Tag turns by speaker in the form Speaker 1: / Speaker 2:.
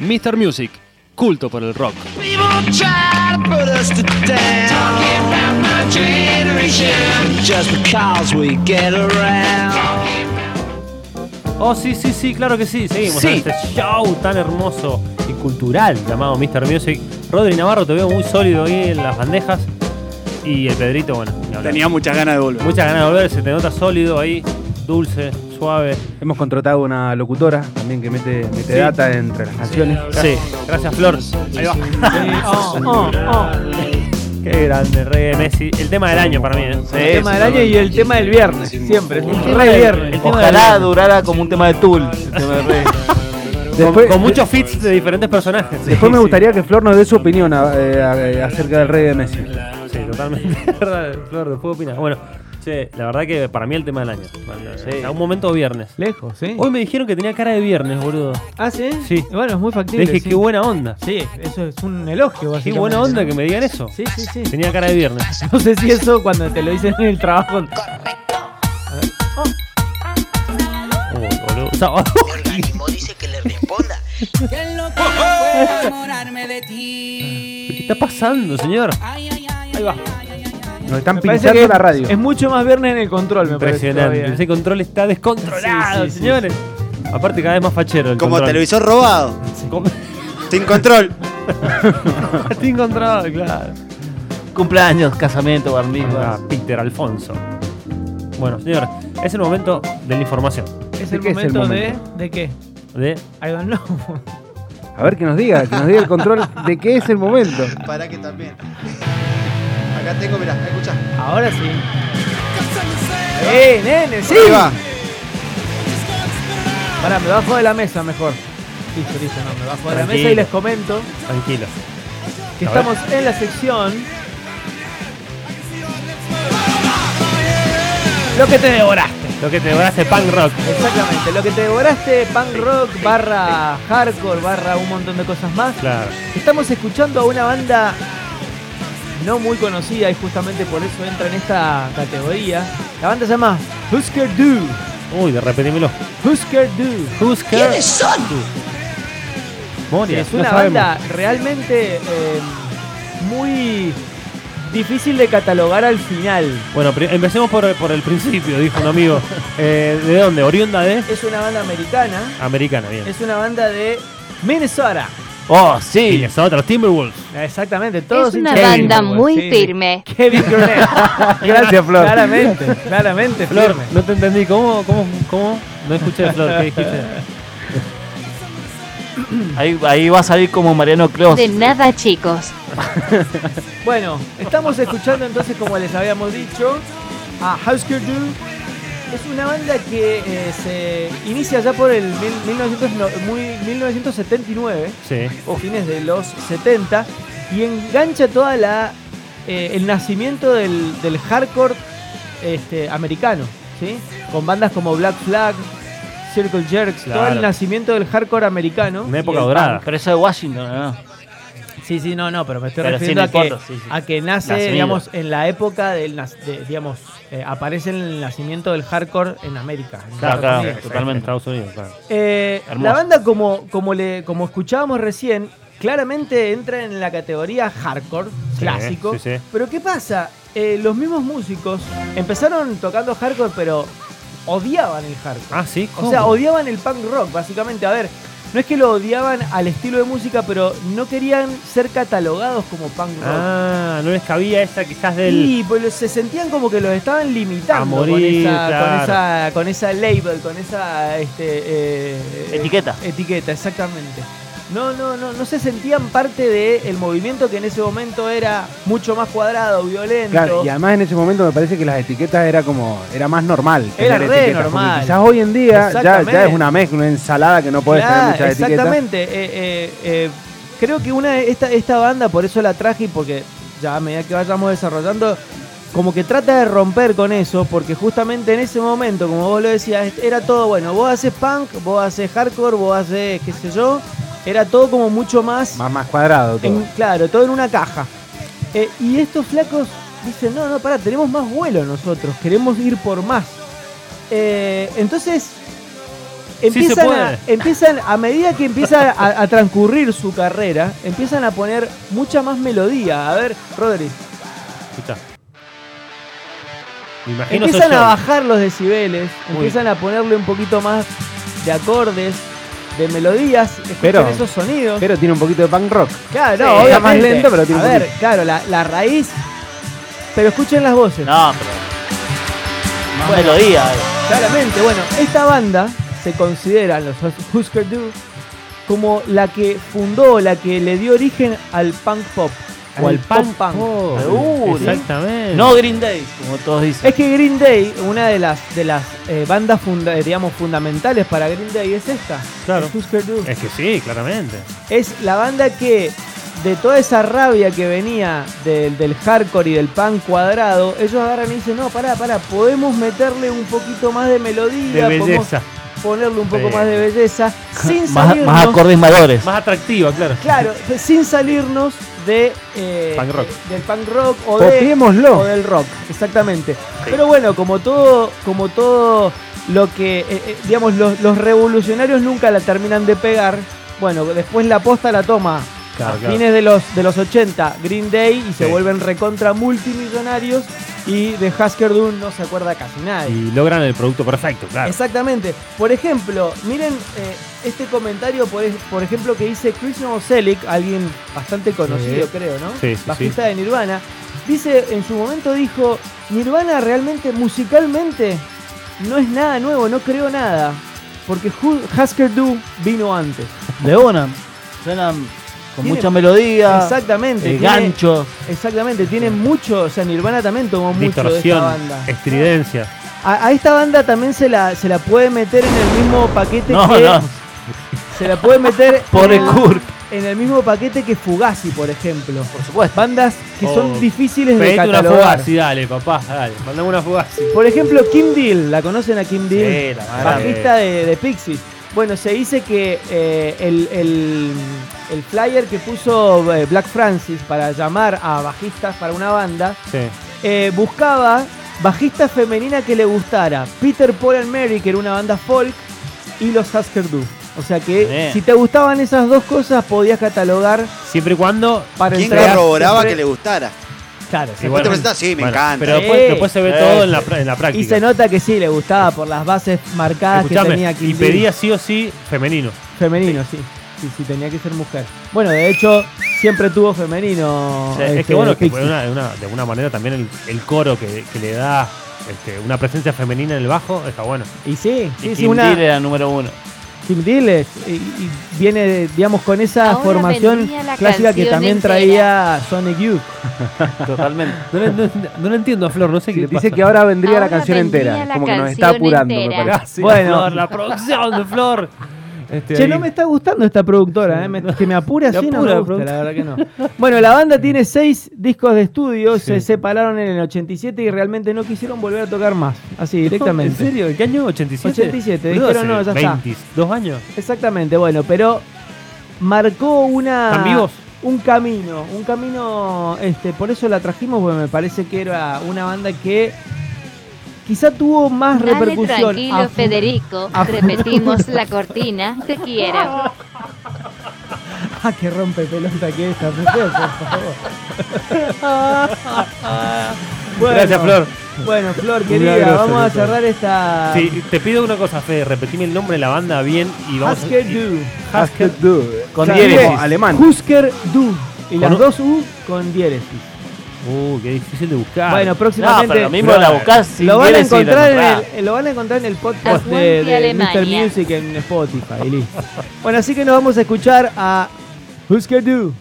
Speaker 1: Mr. Music, culto por el rock.
Speaker 2: People try to put us to down. Talking about my generation. Just because we get around.
Speaker 3: Oh, sí, sí, sí, claro que sí. Seguimos
Speaker 1: Sí.
Speaker 3: en este show tan hermoso y cultural llamado Mr. Music. Rodri Navarro, te veo muy sólido ahí en las bandejas. Y el Pedrito, bueno, ni hablar.
Speaker 4: Tenía muchas ganas de volver.
Speaker 3: muchas ganas de volver. Se te nota sólido ahí, dulce, suave.
Speaker 5: Hemos contratado una locutora también que mete, mete data entre las canciones.
Speaker 3: Sí, gracias, Flor. Ahí va. Oh, Qué grande, re Messi. El tema del año para mí, ¿eh?
Speaker 6: El tema del año y el tema del viernes, siempre. Es un
Speaker 3: tema
Speaker 6: re
Speaker 3: del-
Speaker 6: viernes.
Speaker 3: el tema del
Speaker 6: Ojalá
Speaker 3: año.
Speaker 6: durara como un tema de Tool. el tema de re.
Speaker 5: Después,
Speaker 3: Con, con muchos fits de diferentes personajes.
Speaker 5: después me
Speaker 3: Sí,
Speaker 5: gustaría que Flor nos dé su opinión a- eh, a- eh, acerca del rey de Messi.
Speaker 3: Sí, totalmente. verdad, Flor, después opinas. Bueno, che, la verdad que para mí el tema del año.
Speaker 6: Sí.
Speaker 3: En algún momento viernes.
Speaker 6: Lejos, ¿sí?
Speaker 3: Hoy me dijeron que tenía cara de viernes, boludo.
Speaker 6: Ah, ¿sí?
Speaker 3: Sí.
Speaker 6: Bueno, es muy factible.
Speaker 3: Dije,
Speaker 6: sí.
Speaker 3: qué buena onda.
Speaker 6: Sí, eso es un elogio,
Speaker 3: Qué
Speaker 6: básicamente.
Speaker 3: buena onda que me digan eso.
Speaker 6: Sí, sí, sí.
Speaker 3: Tenía cara de viernes.
Speaker 6: No sé si eso cuando te lo dicen en el trabajo.
Speaker 3: Uy, boludo. Sábado.
Speaker 7: organismo dice que le responda.
Speaker 3: ¿Qué está pasando, señor?
Speaker 6: Ah,
Speaker 3: Ahí va.
Speaker 5: Nos están
Speaker 6: Me parece
Speaker 5: pinchando
Speaker 6: que
Speaker 5: la radio.
Speaker 6: Es mucho más viernes en el control, me parece.
Speaker 3: Impresionante.
Speaker 6: todavía. ¿eh?
Speaker 3: Ese control está descontrolado,
Speaker 6: Sí, sí, sí,
Speaker 3: señores. Aparte, cada vez más fachero. El
Speaker 4: Como
Speaker 3: control.
Speaker 4: televisor robado.
Speaker 3: Como-
Speaker 4: Sin control.
Speaker 3: Martín control, claro.
Speaker 6: Cumpleaños, casamiento, barbijo.
Speaker 3: Ah, Peter Alfonso. Bueno, señor, es el momento de la información.
Speaker 6: Es
Speaker 5: ¿De
Speaker 6: el
Speaker 5: qué es el
Speaker 6: momento de.
Speaker 5: momento?
Speaker 6: ¿De qué?
Speaker 3: De
Speaker 6: I don't know.
Speaker 5: A ver que nos diga, que nos diga el control de qué es el momento.
Speaker 4: Para que también. Acá tengo, mirá, escucha.
Speaker 6: Ahora sí. ¡Eh, nene! ¡Sí!
Speaker 4: Ahí va.
Speaker 6: Pará, me bajo de la mesa mejor. Listo, listo, no, me bajo de la
Speaker 3: Tranquilo.
Speaker 6: mesa y les comento
Speaker 3: tranquilo.
Speaker 6: que
Speaker 3: A ver.
Speaker 6: estamos en la sección. Lo que te devoraste.
Speaker 3: Lo que te devoraste punk rock.
Speaker 6: Exactamente, lo que te devoraste, punk rock, barra hardcore, barra un montón de cosas más.
Speaker 3: Claro.
Speaker 6: Estamos escuchando a una banda no muy conocida y justamente por eso entra en esta categoría. La banda se llama Husker Du.
Speaker 3: Uy, de repetímelo.
Speaker 6: Husker Du.
Speaker 3: Who's ¿Quiénes son? Moria,
Speaker 6: Es una
Speaker 3: no sabemos.
Speaker 6: banda realmente eh, muy difícil de catalogar al final.
Speaker 3: Bueno, pri- empecemos por, por el principio, dijo un amigo. Eh, ¿De dónde? ¿Oriunda de?
Speaker 6: Es una banda americana,
Speaker 3: Americana, bien.
Speaker 6: es una banda de Minnesota.
Speaker 3: Oh, sí. es otra, los Timberwolves.
Speaker 6: Exactamente, todos
Speaker 8: es una
Speaker 6: hinchas de
Speaker 8: banda
Speaker 9: pues.
Speaker 6: Liverpool,
Speaker 8: muy
Speaker 6: sí, sí.
Speaker 8: firme.
Speaker 6: Kevin Garnett.
Speaker 5: Gracias, Flor.
Speaker 6: Claramente, claramente
Speaker 3: Flor,
Speaker 6: firme.
Speaker 3: no te entendí. ¿Cómo? ¿Cómo? ¿Cómo? No escuché, Flor. ¿Qué dijiste?
Speaker 6: Ahí, va a salir como Mariano Clos.
Speaker 8: De nada, chicos.
Speaker 6: Bueno, estamos escuchando entonces, como les habíamos dicho, a Husker Du. Es una banda que eh, se inicia ya por el mil- 1900 no- muy- 1979,
Speaker 3: Sí.
Speaker 6: o fines de los 70, y engancha toda la eh, el nacimiento del, del hardcore este, americano, ¿sí? Con bandas como Black Flag, Circle Jerks, todo
Speaker 3: Claro.
Speaker 6: el nacimiento del hardcore americano.
Speaker 3: Una época
Speaker 6: Y el
Speaker 3: dorada.
Speaker 6: punk.
Speaker 9: Pero eso de Washington, ¿no?
Speaker 6: Sí, sí, no, no, pero me estoy
Speaker 9: Pero
Speaker 6: refiriendo
Speaker 9: sí, no
Speaker 6: a, que,
Speaker 9: importa, sí, sí.
Speaker 6: a que nace,
Speaker 9: Nacimiento.
Speaker 6: digamos, en la época del, nac- de- digamos, eh, aparece el nacimiento del hardcore en América. en
Speaker 9: Claro,
Speaker 6: Estados
Speaker 9: claro,
Speaker 6: Unidos.
Speaker 9: totalmente.
Speaker 3: Estados Unidos, claro.
Speaker 6: Eh, la
Speaker 9: Hermoso.
Speaker 6: banda, como, como, le, como escuchábamos recién, claramente entra en la categoría hardcore, clásico.
Speaker 3: sí, sí.
Speaker 6: Pero ¿qué pasa? Eh, los mismos músicos empezaron tocando hardcore, pero odiaban el hardcore.
Speaker 3: Ah, sí.
Speaker 6: O sea, odiaban el punk rock, básicamente. A ver, no es que lo odiaban al estilo de música, pero no querían ser catalogados como punk rock.
Speaker 3: Ah, no les cabía esa quizás del.
Speaker 6: Y pues se sentían como que los estaban limitando
Speaker 3: A morir,
Speaker 6: con, esa,
Speaker 3: claro.
Speaker 6: con, esa, con esa label, con esa este, eh,
Speaker 9: Etiqueta.
Speaker 6: etiqueta, exactamente. No, no, no, no se sentían parte del movimiento que en ese momento era mucho más cuadrado, violento.
Speaker 5: Claro, y además en ese momento me parece que las etiquetas era como, era más normal.
Speaker 6: Era
Speaker 5: tener
Speaker 6: re
Speaker 5: etiquetas, porque
Speaker 6: normal.
Speaker 5: Quizás hoy en día ya,
Speaker 6: Exactamente.
Speaker 5: ya es una mezcla, una ensalada que no puedes
Speaker 6: Claro,
Speaker 5: tener muchas etiquetas.
Speaker 6: Exactamente. Eh, eh, eh, creo que una esta, esta banda, por eso la traje y porque ya a medida que vayamos desarrollando, como que trata de romper con eso, porque justamente en ese momento, como vos lo decías, era todo, bueno, vos haces punk, vos haces hardcore, vos haces qué sé yo, era todo como mucho más...
Speaker 5: Más, más cuadrado todo.
Speaker 6: en- claro, todo en una caja. Eh, y estos flacos dicen, no, no, pará, tenemos más vuelo nosotros, queremos ir por más. Eh, entonces, empiezan,
Speaker 3: puede.
Speaker 6: a, empiezan a medida que empieza a, a transcurrir su carrera, empiezan a poner mucha más melodía. A ver, Rodri,
Speaker 3: Escuchá. Me imagino
Speaker 6: empiezan
Speaker 3: sos
Speaker 6: a
Speaker 3: yo.
Speaker 6: bajar los decibeles,
Speaker 3: Uy.
Speaker 6: empiezan a ponerle un poquito más de acordes, de melodías, escuchen
Speaker 5: Pero-
Speaker 6: esos sonidos.
Speaker 5: Pero tiene un poquito de punk rock.
Speaker 6: claro,
Speaker 5: Sí,
Speaker 6: no,
Speaker 5: está
Speaker 6: obviamente.
Speaker 5: más lento, pero tiene
Speaker 6: A
Speaker 5: un
Speaker 6: ver,
Speaker 5: poquito.
Speaker 6: claro, la, la raíz, pero escuchen las voces.
Speaker 8: No, pero. Más melodía. eh.
Speaker 6: Claramente, bueno, esta banda se considera los Hus- Husker Du como la que fundó, la que le dio origen al punk pop o al pop punk.
Speaker 3: Oh,
Speaker 8: De una.
Speaker 3: Exactamente.
Speaker 8: No Green Day, como todos dicen.
Speaker 6: Es que Green Day, una de las de las eh, bandas funda- eh, digamos fundamentales para Green Day es esta,
Speaker 3: Claro.
Speaker 6: el Husker Du.
Speaker 3: Es que sí, claramente.
Speaker 6: Es la banda que de toda esa rabia que venía del, del hardcore y del punk cuadrado, ellos agarran y dicen, no, pará, pará, podemos meterle un poquito más de
Speaker 3: De
Speaker 6: melodía, podemos
Speaker 3: belleza.
Speaker 6: ponerle un poco
Speaker 3: Sí.
Speaker 6: más de belleza, sin
Speaker 8: Más,
Speaker 6: salirnos...
Speaker 8: más acordes mayores.
Speaker 3: Más atractiva, claro.
Speaker 6: Claro, de- sin salirnos de, eh,
Speaker 3: Punk rock.
Speaker 6: de- del punk rock o, de, o
Speaker 5: Copiémoslo.
Speaker 6: del rock, exactamente. Pero bueno, como todo, como todo lo que, eh, eh, digamos, los, los revolucionarios nunca la terminan de pegar, bueno, después la posta la toma.
Speaker 3: Claro,
Speaker 6: a
Speaker 3: claro.
Speaker 6: fines de los, de los 80, Green Day y se
Speaker 3: Sí.
Speaker 6: vuelven recontra multimillonarios y de Husker Du no se acuerda casi nadie.
Speaker 3: Y logran el producto perfecto, claro.
Speaker 6: Exactamente. Por ejemplo, miren eh, este comentario, por, ej- por ejemplo, que dice Christian Oselik, alguien bastante conocido,
Speaker 3: Sí.
Speaker 6: creo, ¿no?
Speaker 3: Sí, sí,
Speaker 6: Bajista de Nirvana. Dice, en su momento dijo, Nirvana realmente musicalmente no es nada nuevo, no creo nada. Porque Hu- Husker Du vino antes.
Speaker 8: De una. Suenan con
Speaker 6: Tiene-
Speaker 8: mucha melodía.
Speaker 6: Exactamente.
Speaker 8: eh,
Speaker 6: tiene-
Speaker 8: ganchos.
Speaker 6: Exactamente. Tiene mucho, o sea, Nirvana también tomó mucho de esta
Speaker 3: Distorsión,
Speaker 6: banda.
Speaker 3: estridencia.
Speaker 6: A, a esta banda también se la, se la puede meter en el mismo paquete
Speaker 8: No,
Speaker 6: que...
Speaker 8: no.
Speaker 6: Se la puede meter
Speaker 8: Pobre
Speaker 6: en, el,
Speaker 8: Kurt.
Speaker 6: en el mismo paquete que Fugazi, por ejemplo.
Speaker 8: Por supuesto.
Speaker 6: Bandas que son
Speaker 3: Oh,
Speaker 6: difíciles de
Speaker 3: Pedite una
Speaker 6: catalogar.
Speaker 3: fugazi, dale, papá, dale. Mandame una fugazi.
Speaker 6: Por ejemplo, Kim Deal, ¿la conocen a Kim Deal?
Speaker 8: Sí, la más grande.
Speaker 6: Bajista de, de Pixies. Bueno, se dice que eh, el, el- el flyer que puso eh, Black Francis para llamar a bajistas para una banda
Speaker 3: Sí.
Speaker 6: eh, buscaba bajista femenina que le gustara. Peter, Paul and Mary, que era una banda folk, y los Husker Du. O sea que
Speaker 8: Bien.
Speaker 6: si te gustaban esas dos cosas, podías catalogar
Speaker 3: Siempre y cuando.
Speaker 6: para
Speaker 4: ¿Quién
Speaker 6: entrar.
Speaker 4: corroboraba
Speaker 6: siempre-
Speaker 4: que le gustara?
Speaker 6: Claro,
Speaker 3: Y
Speaker 6: sí.
Speaker 4: te presentás, sí, me encanta.
Speaker 3: Pero después,
Speaker 6: Sí.
Speaker 3: después se ve
Speaker 8: Sí,
Speaker 3: todo en
Speaker 8: sí.
Speaker 3: la, pra- en la práctica.
Speaker 6: Y se nota que sí le gustaba por las bases marcadas que
Speaker 3: Escuchame,
Speaker 6: tenía aquí.
Speaker 3: y pedía sí o sí femenino.
Speaker 6: femenino, sí. Sí, sí, tenía que ser mujer. Bueno, de hecho, siempre tuvo femenino.
Speaker 3: O sea, es
Speaker 6: este,
Speaker 3: que bueno, que
Speaker 6: Pixies.
Speaker 3: fue una- de, una, de alguna manera también el, el coro que, que le da este, una presencia femenina en el bajo está bueno.
Speaker 6: Y sí, sí,
Speaker 8: Y
Speaker 6: sí,
Speaker 8: Kim
Speaker 6: una.
Speaker 8: Deal era número uno.
Speaker 6: Kim Deal es- y, y viene, digamos, con esa
Speaker 9: Ahora
Speaker 6: formación
Speaker 9: vendría la
Speaker 6: clásica que
Speaker 9: canción
Speaker 6: también
Speaker 9: entera.
Speaker 6: traía Sonic Youth.
Speaker 8: Totalmente.
Speaker 3: No, le- no- no lo entiendo, Flor, no sé qué le
Speaker 5: Dice
Speaker 3: pasa.
Speaker 5: que ahora vendría la
Speaker 9: Ahora
Speaker 5: canción
Speaker 9: vendría
Speaker 5: entera.
Speaker 9: la
Speaker 5: Como que nos está
Speaker 9: canción
Speaker 5: apurando, me
Speaker 9: entera.
Speaker 5: parece.
Speaker 3: Gracias,
Speaker 6: Bueno.
Speaker 3: Flor, la producción de Flor. Este,
Speaker 6: Che,
Speaker 3: ahí.
Speaker 6: no me está gustando esta productora, ¿eh? Me- que me apure
Speaker 3: Me
Speaker 6: así, no
Speaker 3: apura
Speaker 6: me
Speaker 3: la
Speaker 6: gusta,
Speaker 3: productora.
Speaker 6: la verdad que no. Bueno, la banda tiene seis discos de estudio, se separaron en el 87 y realmente no quisieron volver a tocar más, así
Speaker 3: ¿En
Speaker 6: directamente.
Speaker 3: serio? ¿En qué año? ¿87?
Speaker 6: 87,
Speaker 3: Boludo,
Speaker 6: dijeron,
Speaker 3: hace
Speaker 6: no, ya está.
Speaker 3: 22 años.
Speaker 6: Exactamente, bueno, pero marcó una
Speaker 3: ¿Están vivos?
Speaker 6: un camino, un camino este, por eso la trajimos porque me parece que era una banda que quizá tuvo más
Speaker 9: Dale
Speaker 6: repercusión. Ah, a
Speaker 9: tranquilo,
Speaker 6: fu-
Speaker 9: Federico.
Speaker 6: a-
Speaker 9: Repetimos la cortina. Te quiero.
Speaker 6: Ah, que rompe pelota que esta mujer, por favor. Bueno,
Speaker 3: Gracias, Flor.
Speaker 6: Bueno, Flor
Speaker 3: Un
Speaker 6: querida,
Speaker 3: abrazo,
Speaker 6: vamos a
Speaker 3: Flor.
Speaker 6: cerrar esta
Speaker 3: Sí, te pido una cosa, Fede, repetime el nombre de la banda bien y vamos
Speaker 6: Husker
Speaker 3: a...
Speaker 6: Du.
Speaker 3: Husker
Speaker 5: Husker Du.
Speaker 8: Con
Speaker 5: Claro,
Speaker 8: diéresis.
Speaker 5: como Alemán.
Speaker 6: Husker Du. Y las
Speaker 3: Con-
Speaker 6: dos U con diéresis.
Speaker 3: Uh, qué difícil de buscar.
Speaker 6: Bueno,
Speaker 8: No,
Speaker 6: próximamente
Speaker 8: pero lo mismo la buscás si
Speaker 6: lo van a
Speaker 8: quieres y la
Speaker 6: encontrar en
Speaker 8: encontrás.
Speaker 6: el, lo van a encontrar en el podcast
Speaker 9: Aguante
Speaker 6: de, de Mr.
Speaker 9: Alemania.
Speaker 6: Music en Spotify. y listo. bueno, así que nos vamos a escuchar a Husker Du